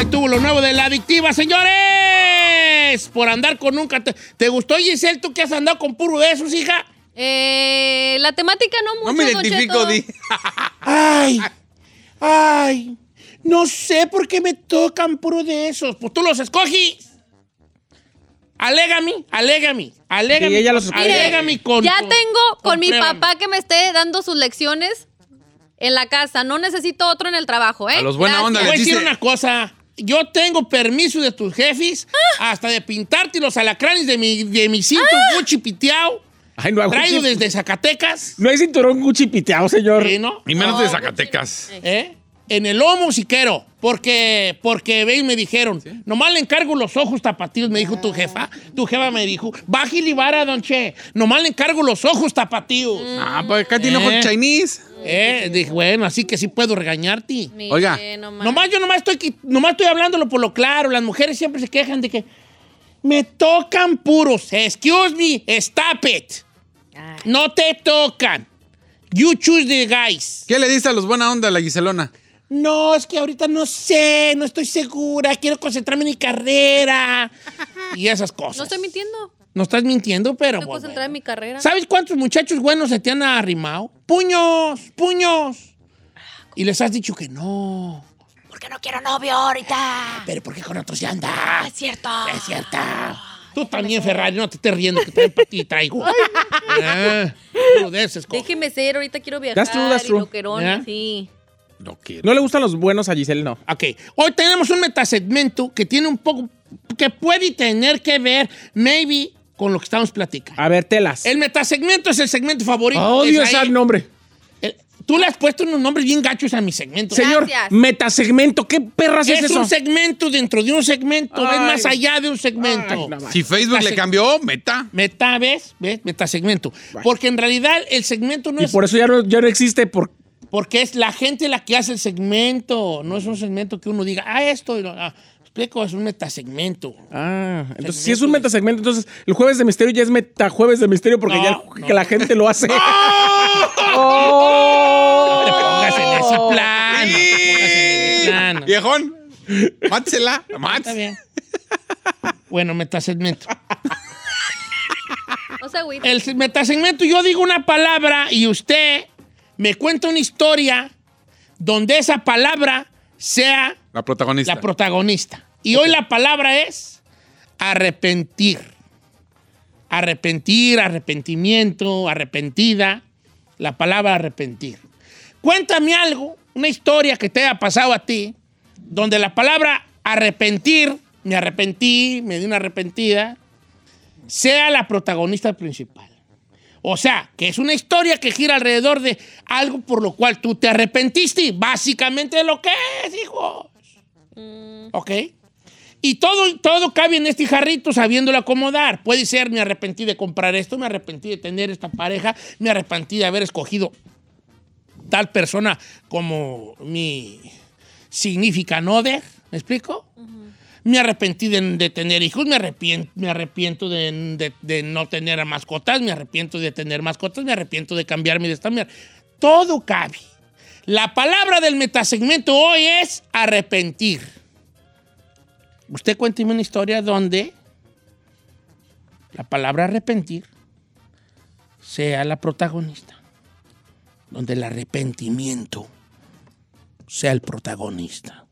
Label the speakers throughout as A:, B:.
A: estuvo lo nuevo de la adictiva, señores. Por andar con nunca. ¿Te, te gustó, Giselle? ¿Tú que has andado con puro de esos, hija?
B: Eh, la temática no mucho,
C: No me
B: Don
C: identifico,
B: Cheto.
C: di.
A: Ay, ay. No sé por qué me tocan puro de esos. Pues tú los escogís. Alégame, alégame, alégame.
C: Sí, ella los escogió.
B: Mire,
A: alégame con.
B: ya
A: con-
B: tengo con mi
A: compruébame.
B: papá que me esté dando sus lecciones en la casa. No necesito otro en el trabajo, ¿eh?
C: A los buena onda
A: Te voy a
C: les
A: decir
C: dice-
A: una cosa. Yo tengo permiso de tus jefes
B: Ah.
A: hasta de pintarte los alacranes de mi, de mi cinto Gucci piteado,
D: Ay, no hago
A: traído
D: chip-
A: desde Zacatecas.
D: No hay cinturón Gucci piteado, señor.
A: ¿eh, no?
C: Y menos de
B: No,
C: Zacatecas.
A: ¿Eh? En el lomo si quiero, porque, porque ve y me dijeron, nomás le encargo los ojos tapatíos, me dijo tu jefa, tu jefa me dijo, baja y libara, don Che, nomás le encargo los ojos tapatíos.
C: Ah, pues acá tiene
A: Eh.
C: hot chinese.
A: ¿Eh? Dije, bueno, así que sí puedo regañarte.
B: Mire,
C: Oiga.
B: nomás.
A: Nomás yo nomás estoy, qui- nomás estoy hablándolo por lo claro. Las mujeres siempre se quejan de que me tocan puros. Excuse me, stop it.
B: Ay.
A: No te tocan. You choose the guys.
C: ¿Qué le dice a los buena onda a la Giselona?
A: No, es que ahorita no sé, no estoy segura, quiero concentrarme en mi carrera y esas cosas.
B: No estoy mintiendo.
A: No estás mintiendo, pero...
B: Estoy
A: pues,
B: concentrada en mi carrera.
A: ¿Sabes cuántos muchachos buenos se te han arrimado? Puños, puños. Y les has dicho que no.
E: Porque no quiero novio ahorita.
A: Pero ¿por qué con otros ya andas?
E: Es cierto.
A: Es cierto. Tú también, Ferrari, no te estés riendo que también para ti traigo. Ah, Crudeces, co-
B: Déjeme ser, ahorita quiero viajar.
D: That's true, that's
B: y
D: true.
B: loquerón,
A: ¿Ya?
B: sí.
C: No quiero.
D: No le gustan los buenos a Giselle, no.
A: Ok, hoy tenemos un metasegmento que tiene un poco, que puede tener que ver, maybe, con lo que estamos platicando.
D: A ver, telas.
A: El metasegmento es el segmento favorito.
D: Odio
A: Es ahí.
D: ese nombre.
A: El- Tú le has puesto unos nombres bien gachos a mi segmento.
D: Señor,
B: Gracias.
D: metasegmento. ¿Qué perras es,
A: es
D: eso?
A: un segmento dentro de un segmento, es
D: Ay.
A: más allá de un segmento.
D: Ay, no, va.
C: Si Facebook le cambió, meta.
A: Meta, ¿ves? ¿Ves? Metasegmento. Porque en realidad el segmento no
D: y
A: es
D: por eso ya no, ya no existe. Por...
A: Porque es la gente la que hace el segmento. No es un segmento que uno diga, ah, esto. y lo- ah, explico, es un metasegmento.
D: Ah, entonces
A: Segmento
D: si es un
A: de-
D: metasegmento, entonces el jueves de misterio ya es meta jueves de misterio porque
A: No,
D: ya el-
A: no.
D: que la gente lo hace.
A: No te pongas en ese plan. Ah, No te pongas en ese plan.
C: Viejón, mátela.
A: Está
C: Mátela.
A: bien. Bueno, metasegmento.
B: No se agüite.
A: El se- metasegmento, yo digo una palabra y usted me cuenta una historia donde esa palabra sea
C: La protagonista.
A: la protagonista. Y hoy la palabra es arrepentir. Arrepentir, arrepentimiento, arrepentida. La palabra arrepentir. Cuéntame algo, una historia que te haya pasado a ti, donde la palabra arrepentir, me arrepentí, me di una arrepentida, sea la protagonista principal. O sea, que es una historia que gira alrededor de algo por lo cual tú te arrepentiste, básicamente de lo que es, hijo. ¿Ok? Y todo, todo cabe en este jarrito sabiéndolo acomodar. Puede ser, me arrepentí de comprar esto, me arrepentí de tener esta pareja, me arrepentí de haber escogido tal persona como mi significa no de, ¿me explico? Me arrepentí de, de tener hijos, me arrepiento, me arrepiento de, de- de no tener mascotas, me arrepiento de tener mascotas, me arrepiento de cambiarme de esta. me ar- Todo cabe. La palabra del metasegmento hoy es arrepentir. Usted cuénteme una historia donde la palabra arrepentir sea la protagonista. Donde el arrepentimiento sea el protagonista.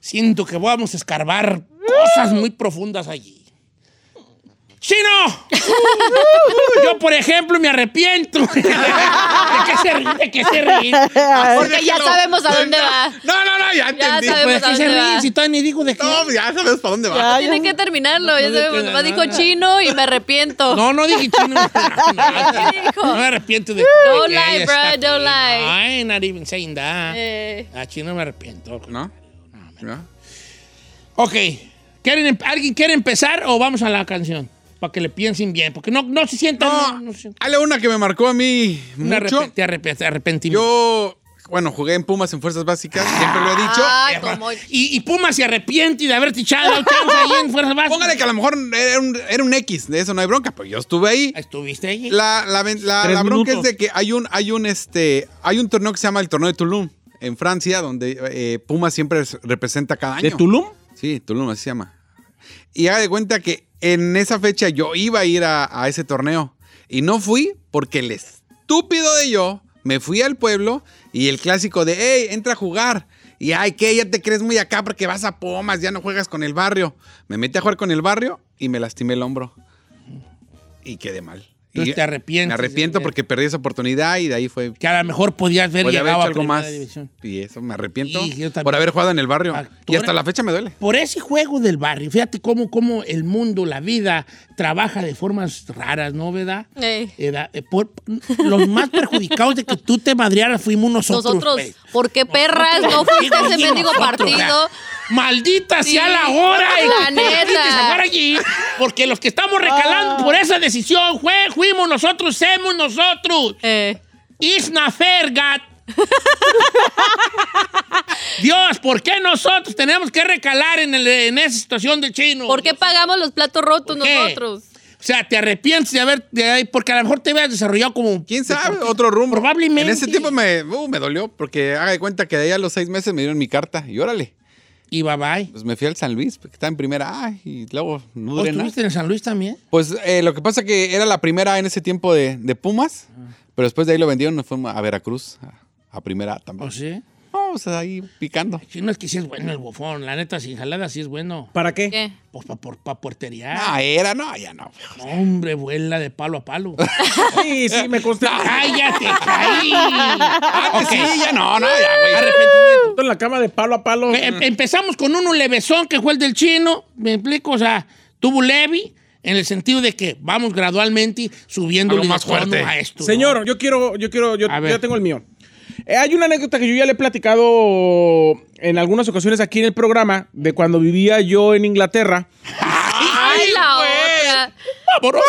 A: Siento que vamos a escarbar cosas muy profundas allí. ¡Chino! Yo, por ejemplo, me arrepiento. ¿De qué se ríen? ¿De qué se ríen?
B: Ah, Porque ya sabemos a dónde va.
C: No, no, no, ya entendí.
B: sabemos.
A: Pues, ¿de qué se ríen? Si todavía ni digo de qué.
C: No, ya sabes para dónde va.
B: Tiene que terminarlo. Ya
A: no,
B: sabemos.
A: no,
B: Nomás
A: no,
B: dijo
A: no.
B: chino y me arrepiento.
A: No, no dije chino. No, no,
B: ¿Qué dijo?
A: no me arrepiento de de-
B: Don't lie,
A: ella
B: bro,
A: está
B: don't
A: aquí.
B: lie.
A: Ay, not even saying that.
B: Eh,
A: A chino me arrepiento.
C: ¿No?
A: Ah,
C: ¿No?
A: Ok. ¿Quieren em- ¿Alguien quiere empezar o vamos a la canción? Para que le piensen bien, porque no, no se sientan... No, no se-
C: Hale Ah, una que me marcó a mí
A: una
C: mucho.
A: arrepe- te arrepe- te arrepentimiento.
C: Yo, bueno, jugué en Pumas en Fuerzas Básicas, siempre lo he dicho.
B: Ay, ah, como.
A: Y, y Puma se arrepiente de haberte echado el chance ahí en Fuerzas Básicas.
C: Póngale que a lo mejor era un, era un X, de eso no hay bronca, pero yo estuve ahí.
A: ¿Estuviste ahí?
C: La, la, ven- la-
D: Tres
C: la bronca
D: minutos.
C: es de que hay un, hay un este, hay un torneo que se llama el torneo de Tulum. en Francia, donde eh, Puma siempre es- representa cada año.
D: ¿De Tulum?
C: Sí, Tulum, así se llama. Y haga de cuenta que en esa fecha yo iba a ir a, a ese torneo. Y no fui porque el estúpido de yo me fui al pueblo y el clásico de, hey, entra a jugar. Y ay, ¿qué? Ya te crees muy acá porque vas a Pumas, ya no juegas con el barrio. Me metí a jugar con el barrio y me lastimé el hombro. Y quedé mal.
A: Entonces
C: Y
A: te arrepientes
C: Me
A: de
C: arrepiento
A: haber-
C: porque perdí esa oportunidad y de ahí fue.
A: Que a lo mejor podías haber
C: podía haber
A: llegado
C: hecho
A: a
C: algo
A: primera
C: más.
A: división.
C: Y eso me arrepiento
A: Y yo también.
C: por haber jugado en el barrio. Y
A: Actora.
C: hasta la fecha me duele.
A: Por ese juego del barrio, fíjate cómo, cómo el mundo, la vida, trabaja de formas raras, ¿no, verdad?
B: Ey.
A: Era, eh, por- los más perjudicados de que tú te madrearas fuimos nosotros.
B: Nosotros,
A: güey.
B: ¿por qué perras no fuiste a ese
A: Nosotros,
B: mendigo
A: nosotros,
B: partido?
A: o sea, Maldita
B: Sí,
A: sea la hora.
B: la
A: y-
B: neta. Ah.
A: que se fuera allí, porque los que estamos recalando por esa decisión fue, fuimos nosotros, somos nosotros.
B: Eh,
A: Isna Fergat. Dios, ¿por qué nosotros tenemos que recalar en, el- en esa situación de chino?
B: ¿Por qué pagamos los platos rotos
A: ¿Por qué?
B: nosotros?
A: O sea, te arrepientes de haber, de- porque a lo mejor te habías desarrollado como...
C: ¿Quién sabe? Otro rumbo.
A: Probablemente.
C: En ese tiempo me, uh, me dolió porque haga de cuenta que de ahí a los seis meses me dieron mi carta y órale.
A: Y bye bye.
C: Pues me fui al San Luis, que está en primera A y luego no
A: ¿Vos
C: duré nada.
A: estuviste en San Luis también?
C: Pues eh, lo que pasa que era la primera A en ese tiempo de, de Pumas, pero después de ahí lo vendieron, nos fuimos a Veracruz, a, a primera A también.
A: ¿O sí?
C: No, o sea, ahí picando.
A: Si no es que sí es bueno el bofón, la neta, sin jalada sí es bueno.
D: ¿Para qué?
B: ¿Qué?
A: Pues para portería.
C: Ah, era, no, ya no.
A: No, hombre, vuela de palo a palo.
D: Sí, sí, me consta.
A: ¡Cállate, caí!
C: Antes
A: Ok.
C: Ah, pues sí, ya no, no, ya, güey.
A: Arrepentimiento.
D: En la cama de palo a palo.
A: Em- Empezamos con uno levesón que fue el del chino, me explico, o sea, tuvo leve en el sentido de que vamos gradualmente subiendo
C: Algo más fuerte.
A: a esto. ¿no?
D: Señor, yo quiero, yo quiero, yo,
A: A ver.
D: yo tengo el mío. Eh, hay una anécdota que yo ya le he platicado en algunas ocasiones aquí en el programa de cuando vivía yo en Inglaterra.
B: ¡Ay, la otra!
A: Vámonos.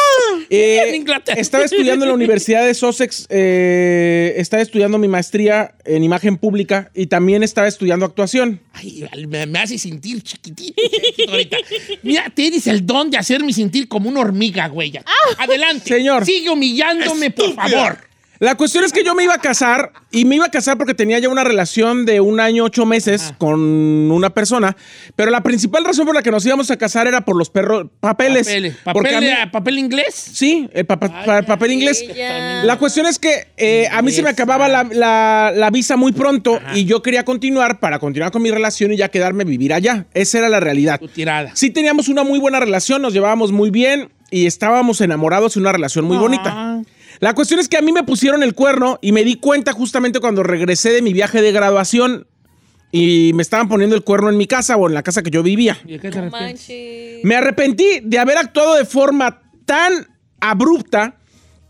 D: Eh,
A: en Inglaterra.
D: Estaba estudiando en la Universidad de Sussex, eh, estaba estudiando mi maestría en imagen pública y también estaba estudiando actuación.
A: Ay, me, me hace sentir chiquitito. chiquitito ahorita. Mira, tienes el don de hacerme sentir como una hormiga, güey. ya.
C: Ah.
A: Adelante.
D: Señor.
A: Sigue humillándome, por favor.
D: La cuestión es que yo me iba a casar y me iba a casar porque tenía ya una relación de un año, ocho meses con una persona, pero la principal razón por la que nos íbamos a casar era por los perros, papeles.
A: Papeles.
D: Porque a
A: ¿Papel,
D: mí-
A: eh, ¿Papel inglés?
D: Sí, el papa- pa- papel inglés.
B: ella.
D: La cuestión es que eh, a mí se me
A: Inglesa.
D: acababa la, la- la visa muy pronto y yo quería continuar para continuar con mi relación y ya quedarme a vivir allá. Esa era la realidad.
A: Tu tirada.
D: Sí teníamos una muy buena relación, nos llevábamos muy bien y estábamos enamorados y una relación muy bonita. La cuestión es que a mí me pusieron el cuerno y me di cuenta justamente cuando regresé de mi viaje de graduación y me estaban poniendo el cuerno en mi casa o en la casa que yo vivía.
A: ¿Y a qué te
B: No
A: refieres?
B: manches.
D: Me arrepentí de haber actuado de forma tan abrupta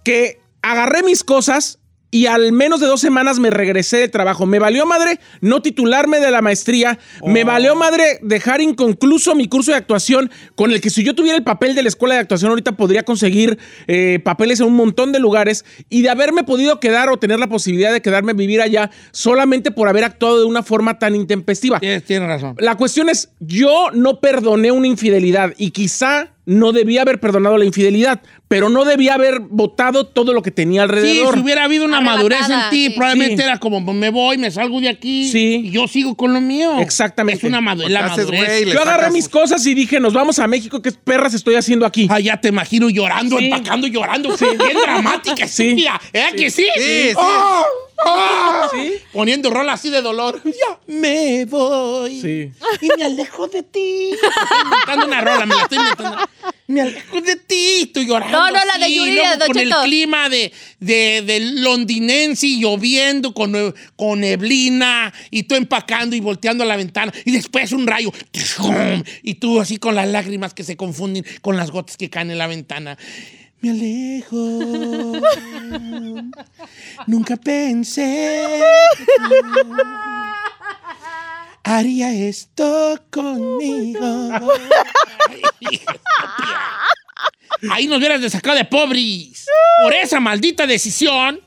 D: que agarré mis cosas y al menos de dos semanas me regresé de trabajo. Me valió madre no titularme de la maestría. Me valió madre dejar inconcluso mi curso de actuación con el que si yo tuviera el papel de la escuela de actuación ahorita podría conseguir eh, papeles en un montón de lugares y de haberme podido quedar o tener la posibilidad de quedarme a vivir allá solamente por haber actuado de una forma tan intempestiva.
A: Tienes, tienes razón.
D: La cuestión es, yo no perdoné una infidelidad y quizá no debía haber perdonado la infidelidad, pero no debía haber votado todo lo que tenía
A: Sí,
D: alrededor.
A: si hubiera habido una
B: Arrebatada,
A: madurez en ti,
B: sí.
A: probablemente
D: Sí.
A: era como "Pues, me voy, me salgo de aquí
D: Sí.
A: y yo sigo con lo mío.
D: Exactamente.
A: Es
D: Pues
A: una madurez.
C: Porque
A: La
C: haces, güey,
A: madurez.
C: le
D: yo agarré
C: sacas-
D: mis cosas y dije, nos vamos a México, ¿qué perras estoy haciendo aquí?
A: Ah, ya te imagino llorando,
D: Sí.
A: empacando, llorando. Bien dramática,
D: Sí.
A: sí. ¿Eh que sí?
C: Sí, sí.
A: ¡Ah! ¡Ah! Poniendo rol así de dolor. Ya me voy.
D: Sí.
A: Y me alejo de ti. Estoy inventando una rola, me la estoy inventando. Me alejo de ti, estoy llorando.
B: No, no, la de
A: así,
B: Yuridia,
A: luego
B: Don
A: Con el
B: Cheto.
A: clima de, de, de londinense y lloviendo con, nue- con neblina y tú empacando y volteando a la ventana y después un rayo ¡tijum! y tú así con las lágrimas que se confunden con las gotas que caen en la ventana. Me alejo. Nunca pensé que tú haría esto conmigo. Ahí nos hubieras de sacar de pobres. Por esa maldita decisión,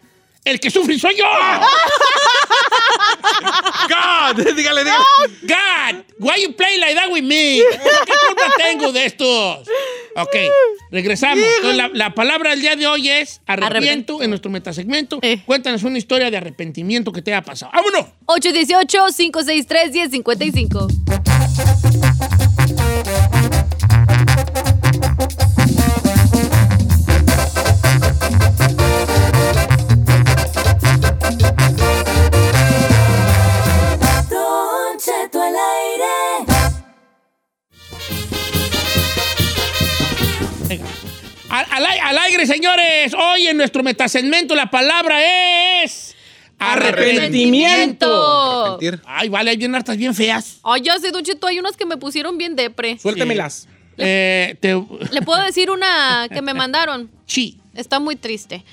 A: el que sufre soy yo.
C: ¡God! Dígale, dígale.
A: God, why you play like that with me? ¿Qué culpa tengo de estos? Ok, regresamos. Entonces, la, la palabra del día de hoy es arrepiento,
B: Arrepiento.
A: en nuestro metasegmento.
B: Eh.
A: Cuéntanos una historia de arrepentimiento que te haya pasado. ¡Vámonos!
B: 818-563-1055.
F: Don Cheto al aire.
A: Al, al ai- al aire, señores. Hoy en nuestro metasegmento la palabra es
D: Arrepentimiento.
C: Arrepentir.
A: Ay, vale, hay bien hartas bien feas.
B: Ay, ya sé, Don Cheto, hay unas que me pusieron bien depre.
D: Suéltamelas.
A: Eh, te,
B: Le puedo decir una que me mandaron.
A: sí.
B: Está muy triste.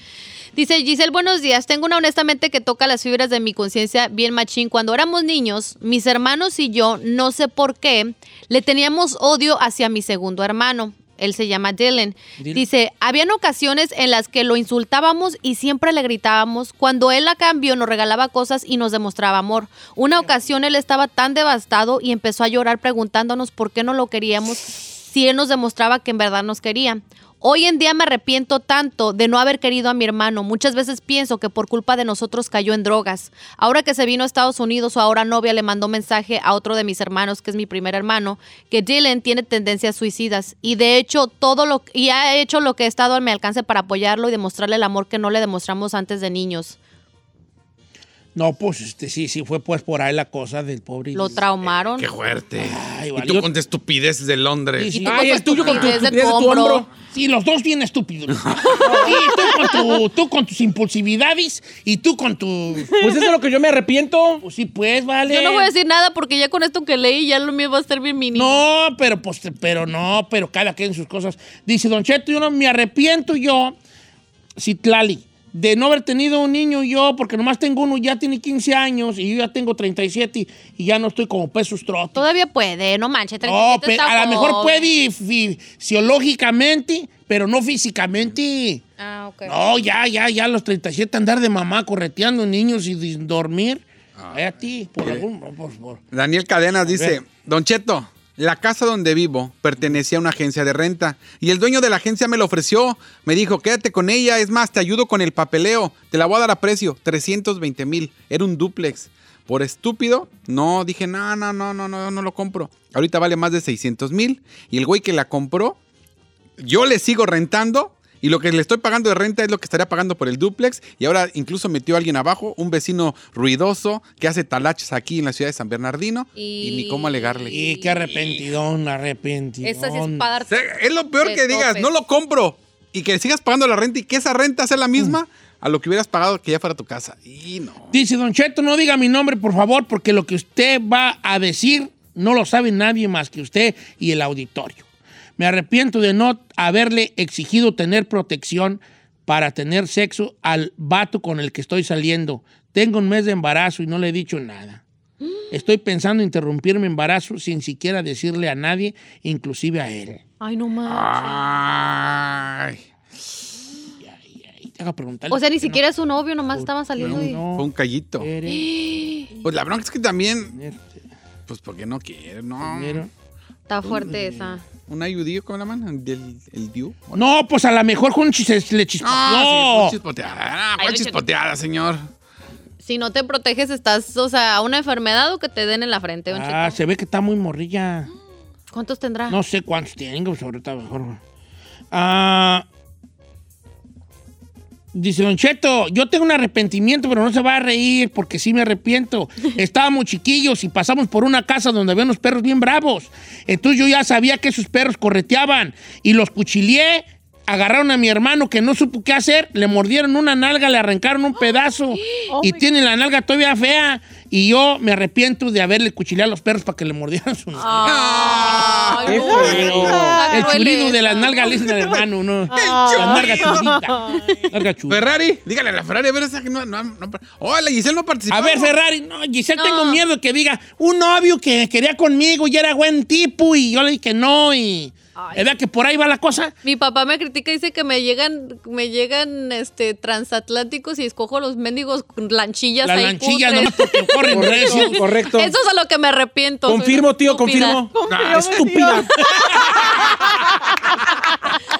B: Dice Giselle, buenos días. Tengo una honestamente que toca las fibras de mi conciencia bien machín. Cuando éramos niños, mis hermanos y yo, no sé por qué, le teníamos odio hacia mi segundo hermano. Él se llama Dylan.
A: Dylan.
B: Dice, habían ocasiones en las que lo insultábamos y siempre le gritábamos. Cuando él a cambio nos regalaba cosas y nos demostraba amor. Una ocasión él estaba tan devastado y empezó a llorar preguntándonos por qué no lo queríamos si él nos demostraba que en verdad nos quería. Hoy en día me arrepiento tanto de no haber querido a mi hermano. Muchas veces pienso que por culpa de nosotros cayó en drogas. Ahora que se vino a Estados Unidos, su ahora novia le mandó mensaje a otro de mis hermanos, que es mi primer hermano, que Dylan tiene tendencias suicidas y de hecho todo lo y ha hecho lo que he estado a mi alcance para apoyarlo y demostrarle el amor que no le demostramos antes de niños.
A: No, pues este, sí, sí, fue pues por ahí la cosa del pobre.
B: Lo traumaron.
C: Qué fuerte.
A: Ay,
C: y
A: vale.
C: tú con tu estupidez de Londres.
A: Sí, sí.
B: tú
A: Ay,
B: con
A: es tuyo con tu
B: pues, estupidez de
D: estupidez de tu hombro.
A: Sí, los dos bien estúpidos. Sí, tú con, tu- tú con tus impulsividades y tú con tu...
D: Pues eso es lo que yo me arrepiento.
A: Pues sí, pues, vale.
B: Yo no voy a decir nada porque ya con esto que leí ya lo mío va a estar bien mínimo.
A: No, pero pues, pero no, pero cada quien sus cosas. Dice Don Cheto, yo no me arrepiento yo, Citlali, de no haber tenido un niño yo, porque nomás tengo uno, ya tiene 15 años y yo ya tengo 37 y, y ya no estoy como pesos trotos.
B: Todavía puede, no manches.
A: No,
B: 37
A: pe-
B: está
A: a lo mejor
B: joven.
A: puede fi- fisiológicamente, pero no físicamente.
B: Ah, ok.
A: No, ya, ya, ya, a los 37 andar de mamá correteando niños y sin dormir. Ay, a ti, por algún... por- por-
C: Daniel Cadenas dice, Don Cheto, la casa donde vivo pertenecía a una agencia de renta y el dueño de la agencia me lo ofreció. Me dijo, quédate con ella, es más, te ayudo con el papeleo, te la voy a dar a precio, 320 mil, era un duplex. Por estúpido, no, dije, no, no, no, no, no, no lo compro. Ahorita vale más de 600 mil y el güey que la compró yo le sigo rentando y lo que le estoy pagando de renta es lo que estaría pagando por el duplex y ahora incluso metió a alguien abajo, un vecino ruidoso que hace talaches aquí en la ciudad de San Bernardino y,
B: Y-
C: ni cómo alegarle.
A: Y qué arrepentidón, arrepentidón.
B: Esa sí es para
C: O sea,
B: darte-
C: es lo peor
B: Te
C: que digas,
B: topes.
C: no lo compro y que sigas pagando la renta y que esa renta sea la misma a lo que hubieras pagado que ya fuera tu casa. Y no.
A: Dice Don Cheto, no diga mi nombre, por favor, porque lo que usted va a decir no lo sabe nadie más que usted y el auditorio. Me arrepiento de no haberle exigido tener protección para tener sexo al vato con el que estoy saliendo. Tengo un mes de embarazo y no le he dicho nada. Estoy pensando interrumpir mi embarazo sin siquiera decirle a nadie, inclusive a él.
B: Ay, no manches.
A: Ah,
C: Ay,
A: Ay, deja preguntarle
B: O sea, ni
A: por qué no
B: siquiera es su novio, nomás estaban saliendo y...
A: No. Eh.
C: fue un callito.
A: quiere
C: Pues la bronca es que también,
A: tener
C: pues porque no quiere, no.
A: dinero.
B: Está fuerte esa.
C: Un ayudillo, ¿cómo la mano? El, el diu.
A: No, pues a lo mejor con chis- le chispa.
C: Ah,
A: no.
C: sí, fue chispoteada. Ah,
B: Ay,
C: fue
B: no,
C: chispoteada, señor.
B: Si no te proteges, estás, o sea, a una enfermedad o que te den en la frente. don
A: Ah,
B: Cheto.
A: se ve que está muy morrilla.
B: ¿Cuántos tendrá?
A: No sé cuántos tengo, pues ahorita mejor. Ah, dice Don Cheto, yo tengo un arrepentimiento, pero no se va a reír porque sí me arrepiento. Estábamos chiquillos y pasamos por una casa donde había unos perros bien bravos. Entonces yo ya sabía que esos perros correteaban y los cuchillé. Agarraron a mi hermano que no supo qué hacer, le mordieron una nalga, le arrancaron un pedazo y tiene la nalga todavía fea. Y yo me arrepiento de haberle cuchileado a los perros para que le mordieran su nalga.
B: Ay,
D: qué
B: no.
D: feo.
B: Está
A: El
B: cruel
A: churido de
B: esa.
A: las nalgas lisas del hermano, ¿no? La nalga churita. Nalga churita.
C: Ferrari, dígale a la Ferrari, a ver esa que no. no, no oh, la Giselle no participó.
A: A ver, Ferrari, no, Giselle,
B: No.
A: tengo miedo que diga un novio que quería conmigo y era buen tipo y yo le dije que no y...
B: Ay.
A: ¿Es verdad que por ahí va la cosa?
B: Mi papá me critica y dice que me llegan, me llegan este transatlánticos y escojo los mendigos con lanchillas
A: Las
B: ahí.
A: lanchillas
B: cutres.
A: nomás porque corren
D: Correcto,
A: recio.
D: correcto.
B: Eso es a lo que me arrepiento. soy
D: confirmo, Ah,
B: una
D: tío,
B: estúpida.
D: confirmo. Estúpida.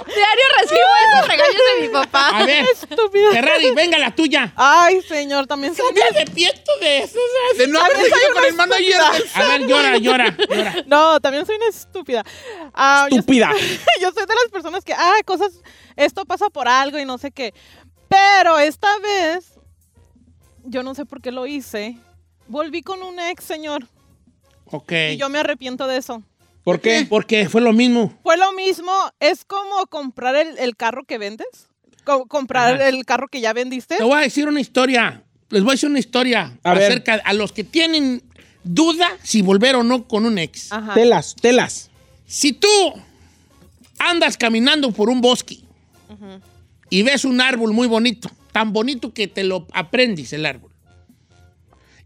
B: Diario recibo esos regaños de mi papá.
A: A ver,
G: Estúpida.
A: Ferrari, venga la tuya.
G: Ay, señor, también soy.
A: Me arrepiento de eso. ¿sabes?
C: De no haber
G: También soy
C: seguido con
G: una
C: el manager
G: estúpida.
C: del-
A: A ver, llora, llora, llora.
G: No, también soy una estúpida. Ah, yo-
D: Estúpida.
G: yo soy de las personas que, ah, cosas, esto pasa por algo y no sé qué. Pero esta vez, yo no sé por qué lo hice. Volví con un ex, señor,
A: Ok.
G: y yo me arrepiento de eso.
D: ¿Por qué?
A: Porque fue lo mismo.
G: Fue lo mismo, es como comprar el, el carro que vendes, co- comprar
A: Ajá.
G: el carro que ya vendiste.
A: Te voy a decir una historia. Les voy a decir una historia
D: A ver.
A: acerca a los que tienen duda si volver o no con un ex.
G: Ajá.
D: Telas, telas.
A: Si tú andas caminando por un bosque y ves un árbol muy bonito, tan bonito que te lo aprendes el árbol,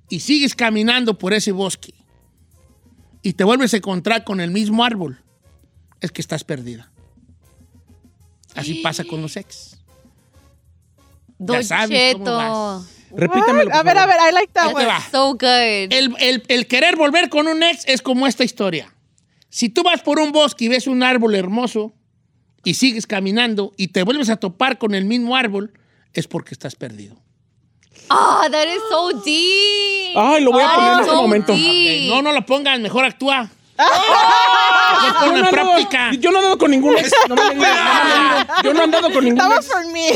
A: y sigues caminando por ese bosque y te vuelves a encontrar con el mismo árbol, es que estás perdida. Así pasa con los ex.
B: Don
A: Ya sabes cómo
B: Cheto.
A: vas.
D: Repítamelo.
G: What? A
D: por
G: ver, a
D: favor.
G: ver, I like that
A: Ahí te
G: one.
A: va.
B: So good.
A: El, el- el querer volver con un ex es como esta historia. Si tú vas por un bosque y ves un árbol hermoso y sigues caminando y te vuelves a topar con el mismo árbol, es porque estás perdido.
B: Ah, that is so deep.
D: Ay, lo voy a
B: That
D: poner en
B: is
D: este
B: so
D: momento.
B: deep.
A: No, no lo pongas, mejor actúa. Mejor
D: Yo
A: ponlo en
D: no ando-
A: práctica.
D: Yo no he andado con ningún ex. No me digas, no me digas. Yo no he andado con ningún
G: That was
D: ex.
G: for me.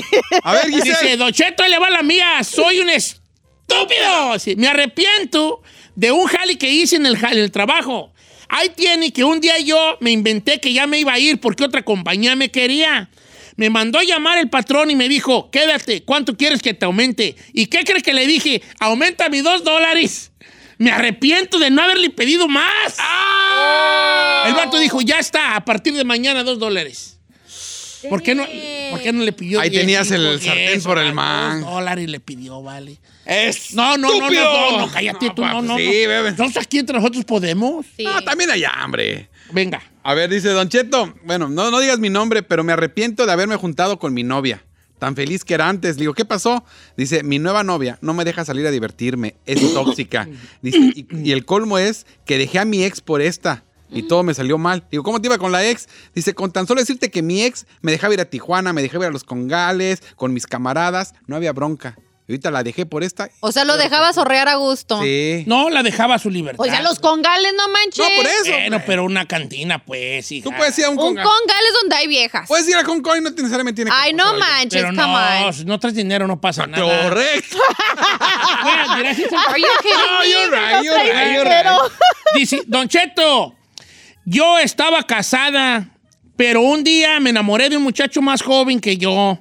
C: A ver,
A: Dice,
C: Giselle.
A: Don Cheto, ahí le va la mía. Soy un estúpido. Sí, me arrepiento de un jali que hice en el, jale- el trabajo. Ahí tiene que un día yo me inventé que ya me iba a ir porque otra compañía me quería. Me mandó a llamar el patrón y me dijo, quédate, ¿cuánto quieres que te aumente? ¿Y qué crees que le dije? Aumenta mis dos dólares. Me arrepiento de no haberle pedido más. El vato dijo, ya está, a partir de mañana dos dólares. ¿Por qué, no, ¿Por qué no le pidió?
C: Ahí
A: diez,
C: tenías el
A: cinco,
C: sartén
A: diez,
C: por el
A: o dos
C: mango.
A: dólares le pidió, vale.
C: Es
A: No, no, no, no,
C: estúpido.
A: no, no, cállate tú,
C: pa,
A: no,
C: pues
A: no.
C: Sí,
A: no.
C: bebe.
A: Entonces aquí entre nosotros podemos.
B: Sí.
C: Ah, también allá, hombre.
A: Venga.
C: A ver, dice Don Cheto. Bueno, no, no digas mi nombre, pero me arrepiento de haberme juntado con mi novia. Tan feliz que era antes. Le digo, ¿qué pasó? Dice, mi nueva novia no me deja salir a divertirme. Es tóxica. Dice, y, y el colmo es que dejé a mi ex por esta. Y todo me salió mal. Digo, ¿cómo te iba con la ex? Dice, con tan solo decirte que mi ex me dejaba ir a Tijuana, me dejaba ir a los congales, con mis camaradas. No había bronca. Y ahorita la dejé por esta.
B: O sea, lo dejaba zorrear a gusto.
C: Sí.
A: No, la dejaba a su libertad.
B: O sea, los congales, no manches.
C: No, por eso.
A: Bueno,
C: hombre.
A: pero una cantina, pues, hija.
C: Tú puedes ir a un,
B: Un
C: conga.
B: congal es donde hay viejas.
C: Puedes ir a Hong Kong y no necesariamente tiene que
B: Ay,
C: pasar
B: no
C: algo.
B: manches,
A: Pero
B: come
A: no,
B: on.
A: si no traes dinero no pasa nada.
C: Correcto.
A: Bueno, dirás, "It's
B: Are you kidding me?
C: you're right, you're right, you're
G: Pero,
C: right.
A: Dice, Don Cheto, yo estaba casada, pero un día me enamoré de un muchacho más joven que yo.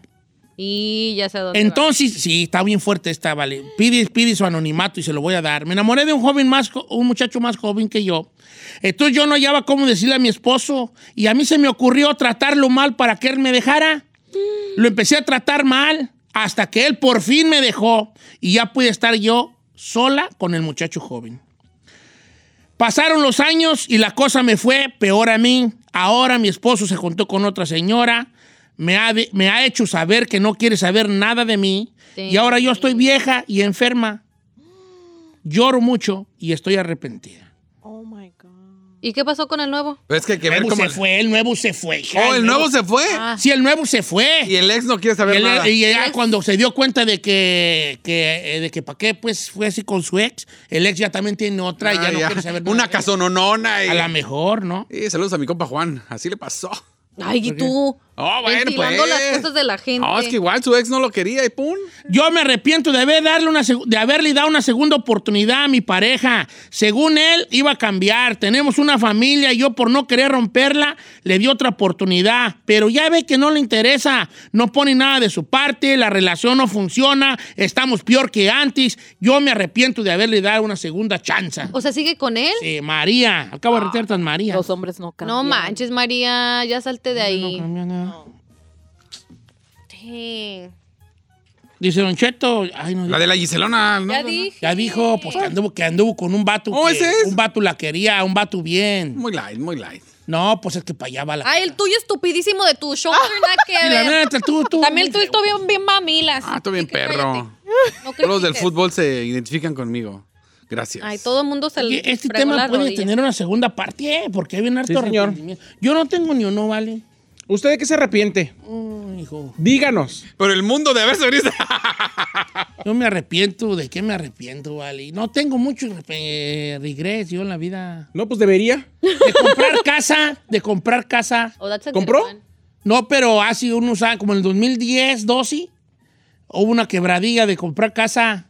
B: Y ya sé dónde. va.
A: Entonces, sí, está bien fuerte esta, vale. Pide, pide su anonimato y se lo voy a dar. Me enamoré de un joven más, jo- un muchacho más joven que yo. Entonces yo no hallaba cómo decirle a mi esposo y a mí se me ocurrió tratarlo mal para que él me dejara. Lo empecé a tratar mal hasta que él por fin me dejó y ya pude estar yo sola con el muchacho joven. Pasaron los años y la cosa me fue peor a mí. Ahora mi esposo se juntó con otra señora, me ha, de- me ha hecho saber que no quiere saber nada de mí
B: Sí.
A: y ahora yo estoy vieja y enferma. Lloro mucho y estoy arrepentida.
G: oh my God.
B: ¿Y qué pasó con el nuevo?
C: Pero es que hay que
A: El
C: ver
A: nuevo
C: cómo.
A: se fue, el nuevo se fue. hija,
C: Oh, el nuevo se fue.
B: Ah.
A: Sí, el nuevo se fue.
C: Y el ex no quiere saber
A: Y él-
C: nada.
A: y ya cuando se dio cuenta de que, que, eh, de que para qué, pues fue así con su ex, el ex ya también tiene otra y
C: Ah,
A: ya no
C: ya.
A: quiere saber nada.
C: Una
A: de
C: casononona.
A: ella.
C: Y...
A: A la mejor, ¿no?
C: Sí, saludos a mi compa Juan. Así le pasó.
B: Ay, y tú.
C: Oh, bueno,
B: ventilando
C: pues.
B: las cosas de la gente.
C: No, es que igual su ex no lo quería y pum.
A: Yo me arrepiento de, haber darle una seg- de haberle dado una segunda oportunidad a mi pareja. Según él, iba a cambiar. Tenemos una familia y yo por no querer romperla, le di otra oportunidad. Pero ya ve que no le interesa. No pone nada de su parte, la relación no funciona, estamos peor que antes. Yo me arrepiento de haberle dado una segunda chance.
B: O sea, sigue con él.
A: Sí, María. Acabo de retear tan María.
G: Los hombres no cambian.
B: No manches, María, ya salte de ahí.
A: Cambió nada.
B: Dang.
A: Dice Don Cheto. Ay, no,
C: La de la Giselona. ¿no?
B: Ya dije.
A: ya dijo, pues que anduvo, que anduvo con un vato.
C: Oh,
A: que-
C: ¿ese es?
A: Un vato la quería, un vato bien.
C: Muy light, muy light.
A: No, pues es que para allá va la.
B: Ay, el tuyo estupidísimo de tu shoulder, nada que
A: Sí, Ah, la
B: ver.
A: neta, tú, tú.
B: También el tuyo está bien, bien mamilas.
C: Ah, tú bien
B: Así que cállate.
C: perro.
B: No
C: Todos los del
B: critiques.
C: fútbol se identifican conmigo. Gracias.
B: Ay, todo el mundo se
A: Oye,
B: le
A: Este
B: fregó
A: tema
B: la
A: puede
B: rodilla.
A: tener una segunda parte, eh, porque hay un harto
D: Sí, señor.
A: arrepentimiento. Yo no tengo ni uno, ¿vale?
D: ¿Usted de qué se arrepiente?
A: Mm, hijo.
D: Díganos.
C: Pero el mundo de haberse ahorita.
A: Yo me arrepiento. ¿De qué me arrepiento, vale? No tengo mucho eh, regreso yo en la vida.
D: No, pues debería.
A: De comprar casa, de comprar casa.
B: Oh, that's a good
D: ¿Compró?
B: one.
A: No, pero hace unos años, como en el 2010, 12, hubo una quebradilla de comprar casa.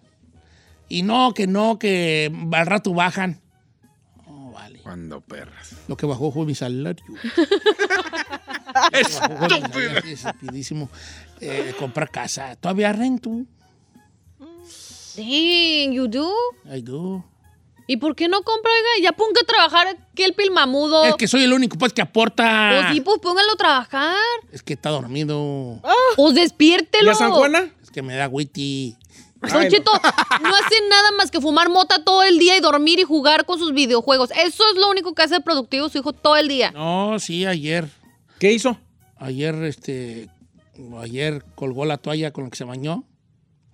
A: Y no, que no, que al rato bajan. Oh, vale.
C: Cuando perras.
A: Lo que bajó fue mi salario.
C: Es
A: Bajó mi salario, así, rapidísimo. Eh, de comprar casa. Todavía rento.
B: Dang, you do.
A: I do.
B: ¿Y por qué no compra, oiga? Ya ponga a trabajar que el pilmamudo.
A: Es que soy el único pues que
B: Pues
A: aporta.
B: Oh. sí, pues póngalo a trabajar.
A: Es que está dormido.
B: Pues despiértelo.
D: ¿Y a San Juana?
A: Es que me da witty.
B: Don Cheto, no hace nada más que fumar mota todo el día y dormir y jugar con sus videojuegos. Eso es lo único que hace productivo su hijo todo el día.
A: No, sí, ayer.
D: ¿Qué hizo?
A: Ayer, este. Ayer colgó la toalla con la que se bañó.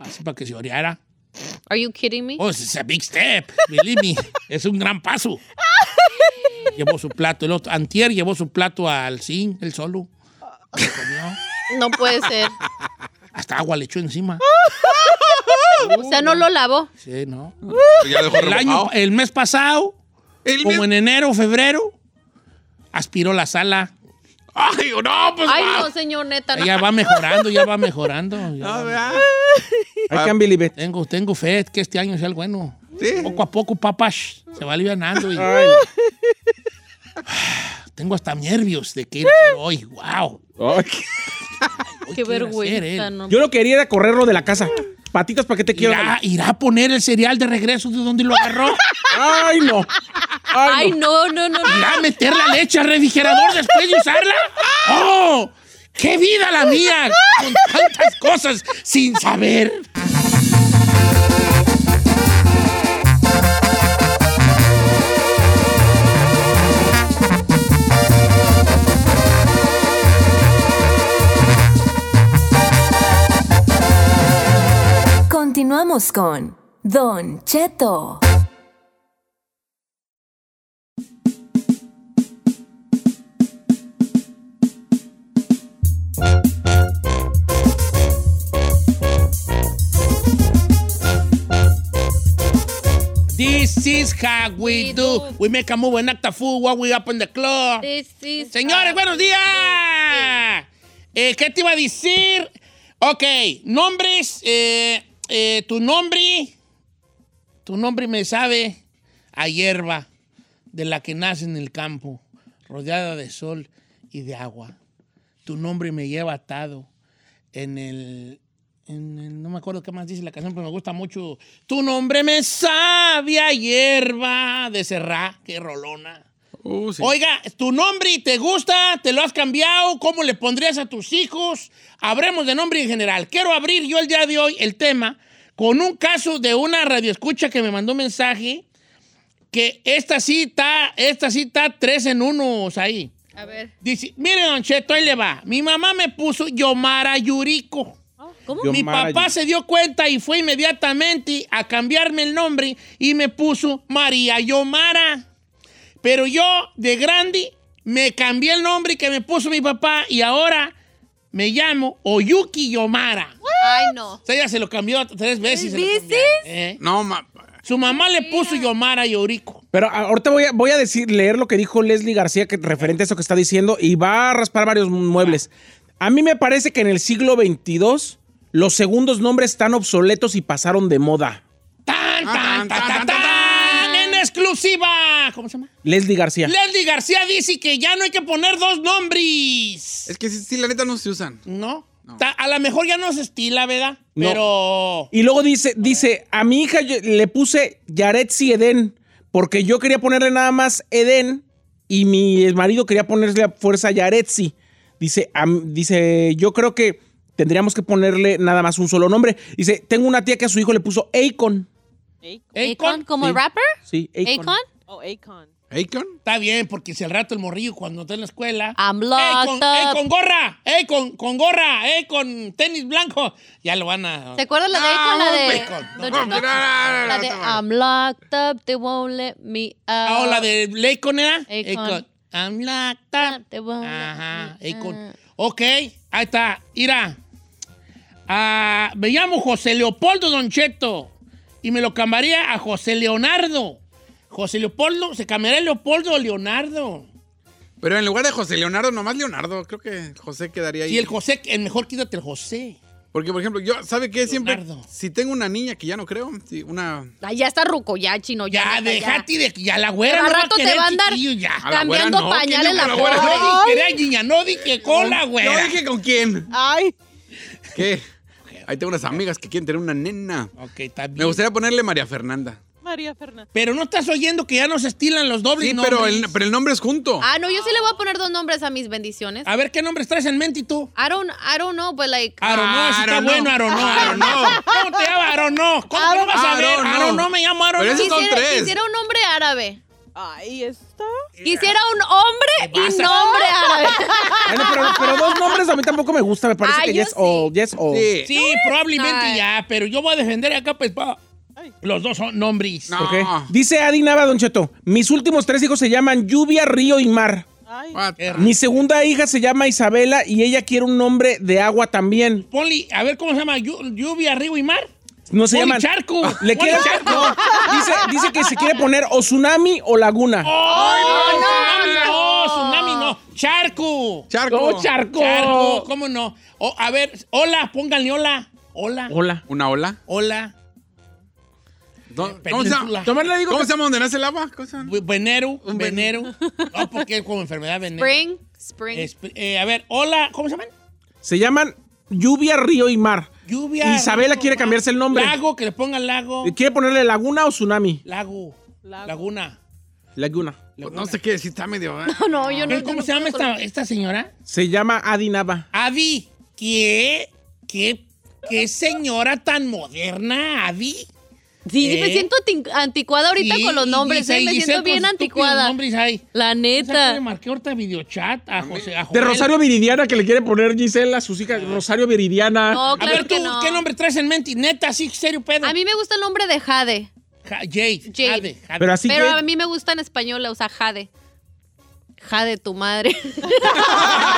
A: Así para que se oreara.
B: Are you kidding me?
A: Oh, it's a big step. Believe me. Es un gran paso. Llevó su plato. El otro, antier llevó su plato al zinc, él solo. Se comió.
B: No puede ser.
A: Hasta agua le echó encima.
B: O sea, no lo lavo.
A: Sí, ¿no?
C: Ya dejó
A: El, año,
C: remojado.
A: el mes pasado,
C: El
A: como
C: mes-
A: en enero o febrero, aspiró la sala.
C: Ay, no, pues.
B: Ay,
C: va.
B: no, señor, neta. no.
A: Ya va mejorando, ya va mejorando. ya va
C: No, ¿verdad?
D: I can believe it.
A: Tengo, tengo fe que este año sea el bueno.
C: Sí.
A: Poco a poco, papas, se va alivianando. Y...
D: Ay,
A: tengo hasta nervios de que ir a hacer hoy. ¡Wow!
D: no. Ay,
B: Qué vergüenza,
A: eh.
B: no.
D: Yo lo quería era correrlo de la casa. Patitas, ¿para qué te quiero?
A: ¿Irá, irá a poner el cereal de regreso de donde lo agarró.
D: Ay, no.
B: Ay,
D: Ay, no.
B: no, no, no. no.
A: ¿Irá a meter la leche al refrigerador después de usarla? ¡Oh! ¡Qué vida la mía! Con tantas cosas sin saber.
F: Continuamos con Don Cheto.
A: This is how we do. We make a move and act a fool while we up in the club.
B: This is-
A: Señores, buenos días. Eh, ¿Qué te iba a decir? Ok, nombres. eh, eh, tu nombre. Tu nombre me sabe a hierba de la que nace en el campo, rodeada de sol y de agua. Tu nombre me lleva atado en el. en el- no me acuerdo qué más dice la canción, pero me gusta mucho. Tu nombre me sabe a hierba de Serrat, qué rolona.
C: Uh, sí.
A: Oiga, tu nombre te gusta, te lo has cambiado, ¿cómo le pondrías a tus hijos? Habremos de nombre en general. Quiero abrir yo el día de hoy el tema con un caso de una radioescucha que me mandó un mensaje que esta sí está, esta sí está tres en unos ahí.
B: A ver.
A: Dice, mire Don Cheto, ahí le va. Mi mamá me puso Yomara Yuriko.
B: ¿Cómo?
D: Yo-
A: Mi
D: Yomara
A: papá
D: Yuriko.
A: se dio cuenta y fue inmediatamente a cambiarme el nombre y me puso María Yomara. Pero yo, de grande, me cambié el nombre que me puso mi papá y ahora me llamo Oyuki Yomara.
B: Ay, no.
A: O sea, ella se lo cambió tres veces. se lo
B: ¿Veces?
A: cambiaron, ¿eh?
C: No, ma.
A: Su mamá le puso Yomara Yuriko.
D: Pero a- ahorita voy a, voy a decir, leer lo que dijo Leslie García que, referente a eso que está diciendo y va a raspar varios muebles. A mí me parece que en el siglo XXII los segundos nombres están obsoletos y pasaron de moda.
A: ¡Tan, tan, tan, tan, tan! tan! ¡En exclusiva! ¿Cómo se llama?
D: Leslie García.
A: Leslie García dice que ya no hay que poner dos nombres.
C: Es que sí, sí, la neta no se usan.
A: ¿No? Ta- A lo mejor ya no se estila, ¿verdad?
D: No.
A: Pero.
D: Y luego dice, dice, a mi hija yo- le puse Yaretsi Eden, porque yo quería ponerle nada más Eden y mi marido quería ponerle a fuerza Yaretsi. Dice, a m- dice, yo creo que tendríamos que ponerle nada más un solo nombre. Dice, tengo una tía que a su hijo le puso Akon.
G: Ey,
B: ¿Akon?
A: Akon,
B: ¿Como
D: Sí.
B: rapper?
D: Sí, Akon.
B: ¿Akon?
G: Oh, Akon.
C: ¿Akon?
A: Está bien, porque si al rato el morrillo cuando está en la escuela.
B: I'm
A: ¡Ey, con,
B: locked
A: ey,
B: up.
A: con gorra! ¡Ey, con, con gorra! ¡Ey, con tenis blanco! Ya lo van a.
B: ¿Se acuerdan la de Akon? La de...
A: Akon, Ah. no,
B: Don
C: No,
B: Cheto?
C: no, no, no,
B: La
C: no,
B: de
C: no, no.
B: I'm locked up, they won't let me out.
A: Ah, o la de Lacon, ¿era?
B: Akon. Ah,
A: Akon. I'm like that.
B: Te voy a-
A: Ajá.
B: Ah.
A: y con- Ok, ahí está. Ira. Ah, me llamo José Leopoldo Doncheto. Y me lo cambiaría a José Leonardo. José Leopoldo, se cambiaría Leopoldo o Leonardo.
C: Pero en lugar de José Leonardo, nomás Leonardo, creo que José quedaría ahí.
A: Y el José, el mejor quítate el José.
C: Porque, por ejemplo, yo, ¿sabe qué? Siempre,
A: Leonardo.
C: si tengo una niña que ya no creo, sí, una...
B: Ay, ya está ruco, ya, chino.
A: Ya,
B: neta,
A: déjate de ya la güera
B: Pero al
A: no va a
B: rato te
A: querer
B: va a andar-
A: chiquillo, ya.
C: A la güera
B: Cambiando
C: no,
B: pañales
C: ¿quién
B: la
C: dijo
A: No
C: que la güera
B: pobre.
A: dije que era niña, no dije cola,
C: Yo
A: güera.
C: dije con quién.
G: Ay,
C: ¿Qué? Ahí tengo unas amigas que quieren tener una nena.
A: Ok, está bien.
C: Me gustaría ponerle María Fernanda.
G: María Fernanda.
A: Pero no estás oyendo que ya nos estilan los dobles
C: Sí,
A: nombres.
C: pero el, pero el nombre es junto.
B: Ah, no, yo sí le voy a poner dos nombres a mis bendiciones.
A: A ver, ¿qué nombres traes en mente y tú?
B: I don't, I don't know, but like.
A: Aronó, ese está
C: Aronó.
A: bueno, Aronó.
C: Aronó.
A: ¿Cómo te llamas Aronó? ¿Cómo que no vas a ver?
C: Aronó.
A: Aronó, me llamo
C: Pero
A: Aronó.
C: esos son
B: quisiera,
C: tres.
B: quisiera un nombre árabe.
G: Ay, esta.
B: Quisiera un hombre
A: vas
B: y
A: a-
B: nombre árabe.
D: Bueno, pero, pero dos nombres a mí tampoco me gusta. Me parece
B: Ah,
D: que
B: yo
D: yes
B: sí.
D: all, yes all.
C: Sí.
A: Sí, probablemente
B: Ay.
A: ya, pero yo voy a defender acá, pues, pa.
G: Ay.
A: Los dos son nombres.
C: No.
D: ¿Por qué? Dice Adi Nava, Don Cheto, mis últimos tres hijos se llaman Lluvia, Río y Mar.
G: Ay.
A: Ah.
C: What the-
D: Mi segunda hija se llama Isabela y ella quiere un nombre de agua también.
A: Ponle, a ver cómo se llama, Llu- lluvia, río y mar.
D: No se
A: Ponle
D: llaman.
A: charco.
D: Le
A: Ponle
D: quiere,
A: charco.
D: no, dice, dice que se quiere poner o tsunami o laguna.
A: ¡Oh, no, tsunami no!
B: no!
A: ¡Tsunami no! ¡Charco!
C: Charco.
A: Oh, charco! ¡Charco! ¿Cómo no? Oh, a ver, hola, pónganle hola. Hola.
D: Hola.
C: ¿Una ola?
A: Hola.
C: ¿Dó- ¿Cómo se
A: península.
C: llama?
D: Tomás le digo
C: ¿Cómo
D: que-
C: se llama donde nace el agua? ¿Cómo se llama?
A: Bu- Venero,
C: Un ven-
A: venero. No, porque es como enfermedad venero.
B: Spring, spring.
A: Espr- eh, a ver, hola, ¿cómo se llaman?
D: Se llaman Lluvia, Río y Mar.
A: Lluvia.
D: Isabela quiere cambiarse el nombre.
A: Lago, que le pongan lago.
D: ¿Quiere ponerle laguna o tsunami?
A: Lago.
G: Lago.
A: Laguna.
D: Laguna.
C: Pues No sé qué decir, está medio... ¿eh?
B: no, yo no.
A: ¿Pero ¿Cómo se llama esta, esta señora?
D: Se llama Adi Nava.
A: Adi. ¿Qué? ¿Qué? ¿Qué señora tan moderna, Adi?
B: Sí,
A: ¿Eh?
B: me siento anti- anticuada ahorita
A: Sí,
B: con los
A: y pues,
B: nombres.
A: Giselle-
B: eh, me
A: Giselle
B: siento
A: con
B: bien
A: sus estúpidos
B: anticuada.
A: nombres ahí.
B: La
A: ¿Sabes qué Le
B: neta.
A: marqué ahorita videochat a José. A
D: De
A: Joel.
D: Rosario Viridiana, que le quiere poner Gisela a sus hijas. Rosario Viridiana.
B: No,
A: A
B: claro
A: ver, tú,
B: que no.
A: ¿qué nombre traes en mente? Neta, sí, serio, pedo.
B: A mí me gusta el nombre de Jade,
A: Ja- Jade. Jade.
B: Jade.
A: Jade.
D: Pero así
B: pero
D: que-
B: a mí me gusta en español, o sea, Jade. Jade tu madre.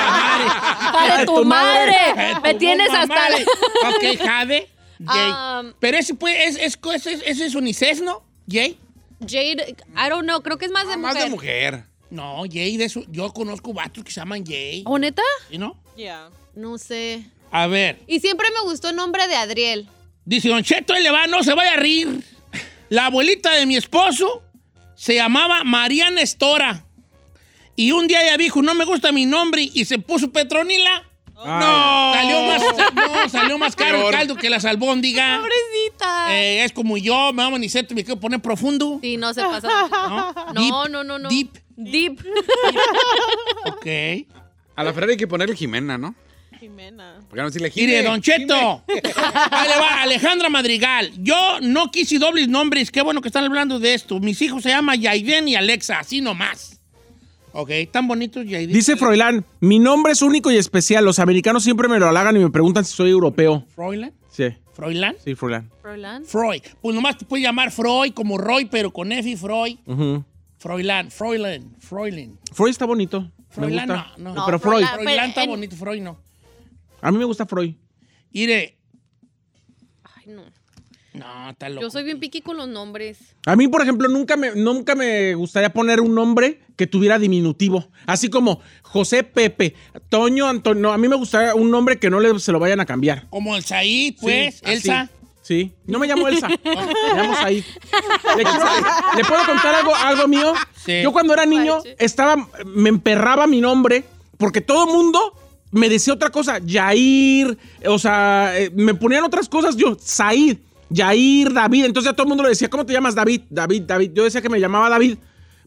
B: Jade tu madre. Me tienes hasta la...
A: Ok, Jade. Jade.
B: Um,
A: Pero ese, pues, es, es, es, es- eso es unisex, ¿no? Jade.
B: Jade, I don't know, creo que es más de
C: Ah, Más
B: mujer.
C: de mujer.
A: No, Jade es un- Yo conozco vatos que se llaman Jade.
B: ¿O neta?
A: ¿Sí, no?
G: Ya.
B: No sé.
A: A ver.
B: Y siempre me gustó el nombre de Adriel.
A: Dice Don Cheto, ahí le va, no se vaya a reír. La abuelita de mi esposo se llamaba Mariana Estora. Y un día ella dijo, no me gusta mi nombre, y se puso Petronila.
C: No.
A: Salió más, no, salió más caro
C: Peor.
A: el caldo que las albóndigas.
B: Pobrecita.
A: Eh, es como yo, me amo Niceto y me quiero poner profundo.
B: Sí, no se pasa.
A: ¿no?
B: No, no, no, no.
A: Deep.
B: Deep.
A: Ok.
C: A la Ferrari hay que ponerle Jimena, ¿no?
G: Jimena.
C: Porque no decirle Jimena.
A: Mire, Don Cheto. Ahí le va, Alejandra Madrigal. Yo no quise dobles nombres. Qué bueno que están hablando de esto. Mis hijos se llaman Yaiden y Alexa, así nomás. Ok, tan bonitos Yaiden.
D: Dice Froilán, mi nombre es único y especial. Los americanos siempre me lo halagan y me preguntan si soy europeo.
A: Froilan.
D: Sí,
A: Froilan.
D: sí, Froilán.
B: Roland.
A: Freud. Pues nomás te puedes llamar Freud como Roy, pero con F y Freud.
D: Ujú.
A: Froilan, Froilan, Froilan.
D: Freud está bonito. Me
A: Froilán
D: gusta.
A: no,
B: no.
D: pero
B: No,
D: Freud.
B: Froilán.
A: Froilan está
B: en-
A: bonito, Freud no.
D: A mí me gusta Freud.
A: Mire,
B: Ay, no.
A: no, está loco.
B: Yo soy bien piqui con los nombres.
D: A mí, por ejemplo, nunca me, nunca me gustaría poner un nombre que tuviera diminutivo. Así como José Pepe, Toño Antonio. No, a mí me gustaría un nombre que no le, se lo vayan a cambiar.
A: Como el Said, pues,
D: Sí, así.
A: Elsa.
D: Sí. No me llamo Elsa. Me llamo Said. ¿Le, quiero- ¿le puedo contar algo, algo mío?
A: Sí.
D: Yo cuando era niño estaba, me emperraba mi nombre porque todo mundo me decía otra cosa. Yair, o sea, eh, me ponían otras cosas. Yo, Said, Yair, David. Entonces a todo el mundo le decía, ¿cómo te llamas David? David, David. Yo decía que me llamaba David.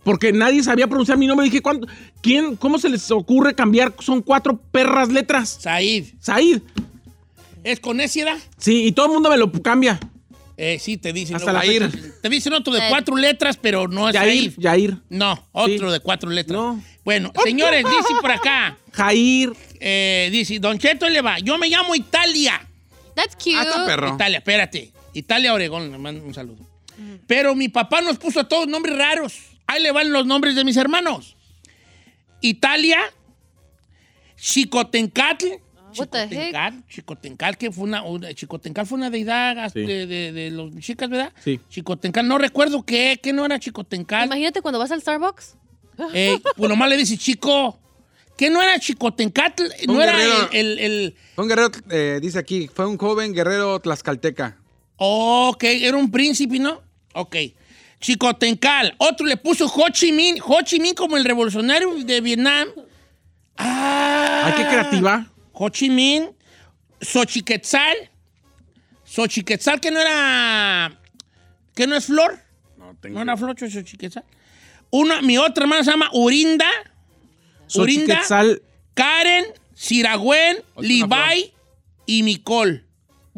D: Porque nadie sabía pronunciar mi nombre. Dije, ¿cuánto, quién, ¿cómo se les ocurre cambiar? Son cuatro perras letras.
A: Said.
D: Said.
A: ¿Es con S, edad?
D: Sí, y todo el mundo me lo cambia.
A: Eh, sí, te dicen.
D: Hasta
A: luego,
D: la ir.
A: fecha. Te dicen otro de cuatro letras, pero no es
D: Yair,
A: Said.
D: Yair.
A: No, otro
D: Sí.
A: de cuatro letras.
D: No.
A: Bueno, señores, dice por acá.
D: Jair.
A: eh, dice, Don Cheto le va. Yo me llamo Italia.
B: That's cute.
C: Ah, está perro.
A: Italia, espérate. Italia Oregón, le mando un saludo. Pero mi papá nos puso a todos nombres raros. Ahí le van los nombres de mis hermanos. Italia, Chicotencatl.
B: Ah, What the heck?
A: Chicotencal, Chicotencal, que fue una, una- Chicotencal fue una deidad
D: Sí.
A: de, de- de los mexicas, ¿verdad?
D: Sí.
A: Chicotencal, no recuerdo qué, que no era Chicotencal.
B: Imagínate cuando vas al Starbucks.
A: Eh, pues nomás le dice chico, que no era Chicotencatl, no
C: Un
A: era
C: guerrero.
A: el, el- el-
C: Fue un guerrero, eh, dice aquí, fue un joven guerrero tlaxcalteca.
A: Ok, era un príncipe, ¿no? Ok. Chicotencal. Otro le puso Ho Chi Minh. Ho Chi Minh como el revolucionario de Vietnam. Ah.
D: Ay, qué creativa.
A: Ho Chi Minh. Xochiquetzal. Xochiquetzal que no era... Que no es flor.
C: No,
A: No era flor Xochiquetzal. Una, mi otra hermana se llama Urinda. Urinda.
D: Xochiquetzal.
A: Karen. Siragüen.
C: Otra
A: Levi. Y Micol.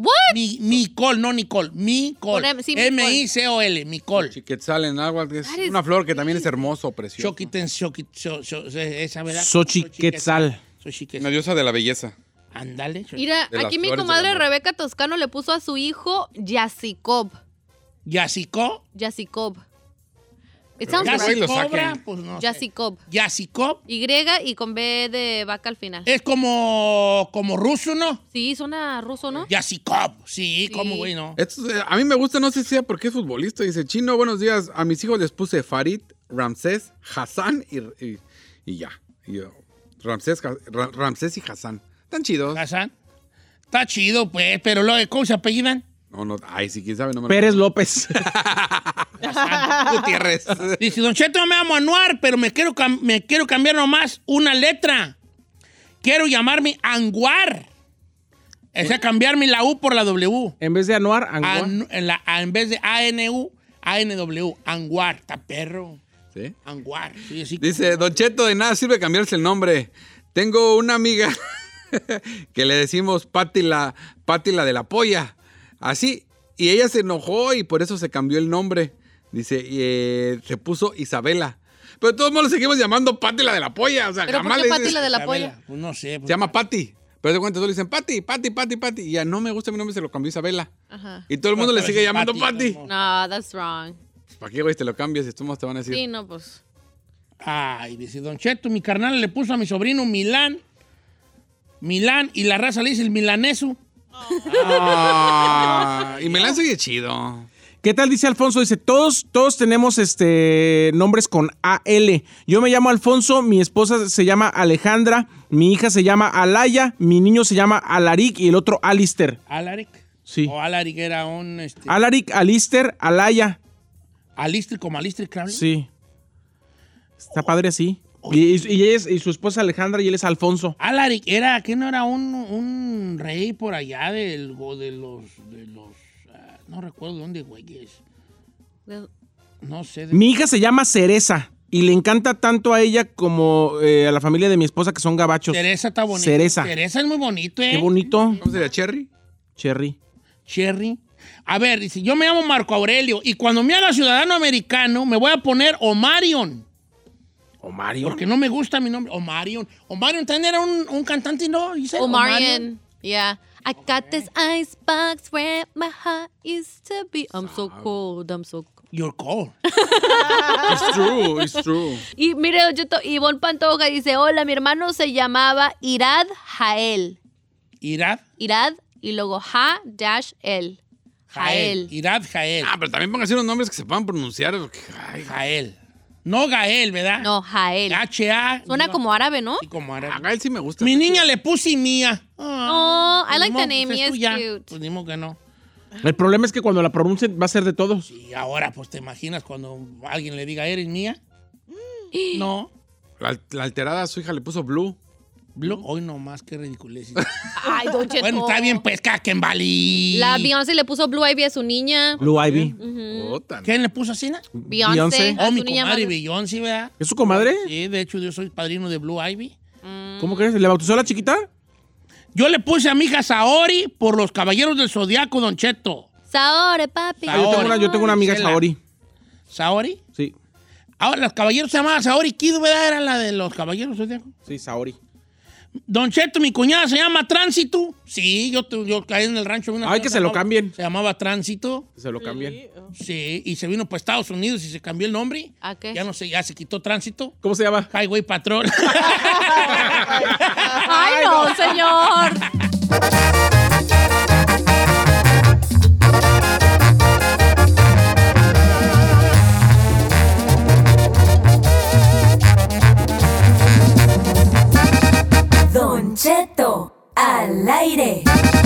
B: What?
A: Mi, Micol, no Nicole. Micol.
B: Con M- sí, Micol.
A: M-I-C-O-L. Micol.
C: Chiquetzal en agua, que es
B: That is
C: una flor que también es hermoso, precioso.
A: Choquiten, choqui- cho- cho- eh, esa, ¿verdad?
D: Xochiquetzal.
C: Una
A: Xochiquetzal.
C: diosa de la belleza.
A: Ándale. Xoch-
B: Mira,
C: De las
B: aquí mi
C: flores del
B: comadre
C: amor.
B: Rebeca Toscano le puso a su hijo Yacicob.
A: Yacicó.
B: Yacicob. It sounds
C: Yaci-
B: right.
C: lo
A: Yacicobra,
C: saquen.
A: pues no. sé.
B: Yacicob.
A: Yacicó
B: Y y con B de vaca al final.
C: Eh.
A: es como, como ruso, ¿no?
B: Sí, suena ruso, ¿no?
A: Yacicó. Sí, como güey, ¿no?
C: Esto, eh, a mí me gusta, no sé si sea porque es futbolista. Dice, chino, buenos días. A mis hijos les puse Farid, Ramsés, Hassan y, y- y ya. Y yo, Ramsés, Ja- Ra- Ramsés y Hassan. Tan chidos.
A: Hassan. Está chido, pues, pero luego, ¿cómo se apellidan?
C: No, no, ay, si quién sabe, no me
D: Pérez López.
A: Hassan.
C: Gutiérrez.
A: Dice, Don Cheto, no me amo a anuar, pero me quiero, cam- me quiero cambiar nomás una letra. Quiero llamarme Anguar. O sea, cambiarme la U por la W.
D: en vez de Anuar, Angua.
A: Anu- en, la- a- en vez de ANU, ANW. Anguar, está perro.
C: ¿Sí?
A: Anguar. Sí, sí.
C: Dice, Don Cheto, de nada sirve cambiarse el nombre. Tengo una amiga que le decimos Pati la, Pati la de la polla. Así. Y ella se enojó y por eso se cambió el nombre. Dice, y, eh, se puso Isabela. Pero de todos modos le seguimos llamando Pati la de la polla. O sea,
B: Pero ¿por
C: jamás
B: qué
C: le
B: Pati
C: dices-
B: la de la
A: Isabela,
B: polla?
A: pues no sé.
C: Se llama Pati. Pero de cuenta, todos le dicen Pati, Pati, Pati, Pati. Y ya no me gusta mi nombre, se lo cambió Isabela.
B: Ajá.
C: Y todo el mundo le
A: Pero
C: sigue
A: sí,
C: llamando
A: Pati,
C: Pati.
A: pues, no, no.
B: No, that's wrong.
C: ¿Para qué, güey? Te lo cambias y todos te van a decir.
B: Sí, no, pues.
A: Ay, dice Don Cheto, mi carnal le puso a mi sobrino Milán. Milán, y la raza le dice el milaneso.
C: Ah, y me lanzo y es chido.
D: ¿Qué tal dice Alfonso? Dice, todos, todos tenemos este, nombres con AL. Yo me llamo Alfonso, mi esposa se llama Alejandra, mi hija se llama Alaya, mi niño se llama Alaric y el otro Alister.
A: Alaric.
D: Sí.
A: O Alaric era un. Este,
D: Alaric, Alister, Alaya.
A: Alistair como Alistair Crowley.
D: Sí. Está padre así. Y, y- y ella es- y su esposa Alejandra y él es Alfonso.
A: Alaric era, ¿qué no era un, un rey por allá del, go- de los, de los, ah, no recuerdo dónde, güey, es.
B: De-
A: No sé. de-
D: Mi hija se llama Cereza y le encanta tanto a ella como eh, a la familia de mi esposa que son gabachos.
A: Teresa está bonita.
D: Cereza.
A: Teresa es muy bonito, ¿eh?
D: Qué bonito,
C: ¿Cómo sería Cherry?
D: Cherry.
A: Cherry. A ver, dice, yo me llamo Marco Aurelio y cuando me haga ciudadano americano me voy a poner Omarion.
D: O Mario.
A: Porque no me gusta mi nombre. Omarion. Omarion también era un, un cantante, ¿no? Giselle?
B: Omarion. Yeah. I got this icebox where my heart used to be. I'm so cold, I'm so cold.
A: Your call.
C: It's true, it's true.
B: Y mire, Don Cheto, Ivonne Pantoja dice, hola, mi hermano se llamaba Irad Jael.
A: Irad
B: Irad y luego Ja-El.
A: Jael.
B: Jael.
A: Irad Jael.
C: Ah, pero también pónganse unos nombres que se puedan pronunciar. porque, ay,
A: Jael. No Gael, ¿verdad?
B: No, Jael.
A: H-A.
B: Suena
A: no,
B: como Ah, árabe, ¿no?
A: y como árabe.
C: a él sí me gusta.
A: Mi niña le puse mía. Ah,
B: Oh, I like the name,
A: Pues es
B: yes,
A: tuya.
B: cute.
A: Pues ni modo que no.
D: El problema es que cuando la pronuncien va a ser de todos.
A: Y ahora, pues te imaginas cuando alguien le diga, ¿eres mía? No.
C: La, la alterada, su hija le puso Blue.
A: Blue. Hoy nomás, qué ridiculez.
B: Ay, Don Cheto.
A: bueno, está bien, pues, en Bali.
B: La Beyoncé le puso Blue Ivy a su niña.
D: Blue Ivy.
C: Oh, tan-
A: ¿Quién le puso así? na?
B: Beyoncé.
A: Oh,
B: a
A: mi
B: su niña
A: comadre
B: más-
A: Beyoncé, ¿verdad?
D: ¿Es su comadre?
A: Sí, de hecho, yo soy padrino de Blue Ivy.
D: ¿Cómo crees? ¿Le bautizó a la chiquita?
A: Yo le puse a mi hija Saori por los Caballeros del Zodiaco, Don Cheto.
B: Saore, papi.
A: Ah,
D: Ah, yo, tengo una, yo tengo una amiga,
A: Gisela.
D: Saori.
A: ¿Saori?
D: Sí,
A: Ahora, los Caballeros se llamaban Saori Kid, ¿verdad? Era la de los Caballeros del Zodiaco.
D: sí, Saori.
A: Don Cheto, mi cuñada se llama Tránsito. Sí, yo, tu- yo caí en el rancho. de una
D: Ay, que se lo
A: llamaba-
D: cambien.
A: Se llamaba Tránsito.
D: Se lo cambian.
G: Sí, oh.
A: Sí, y se vino para Estados Unidos y se cambió el nombre.
B: ¿A qué?
A: Ya no sé, ya se quitó Tránsito.
D: ¿Cómo se llama?
A: Highway Patrol.
B: ¡Ay, no, señor!
F: Don Cheto, al aire.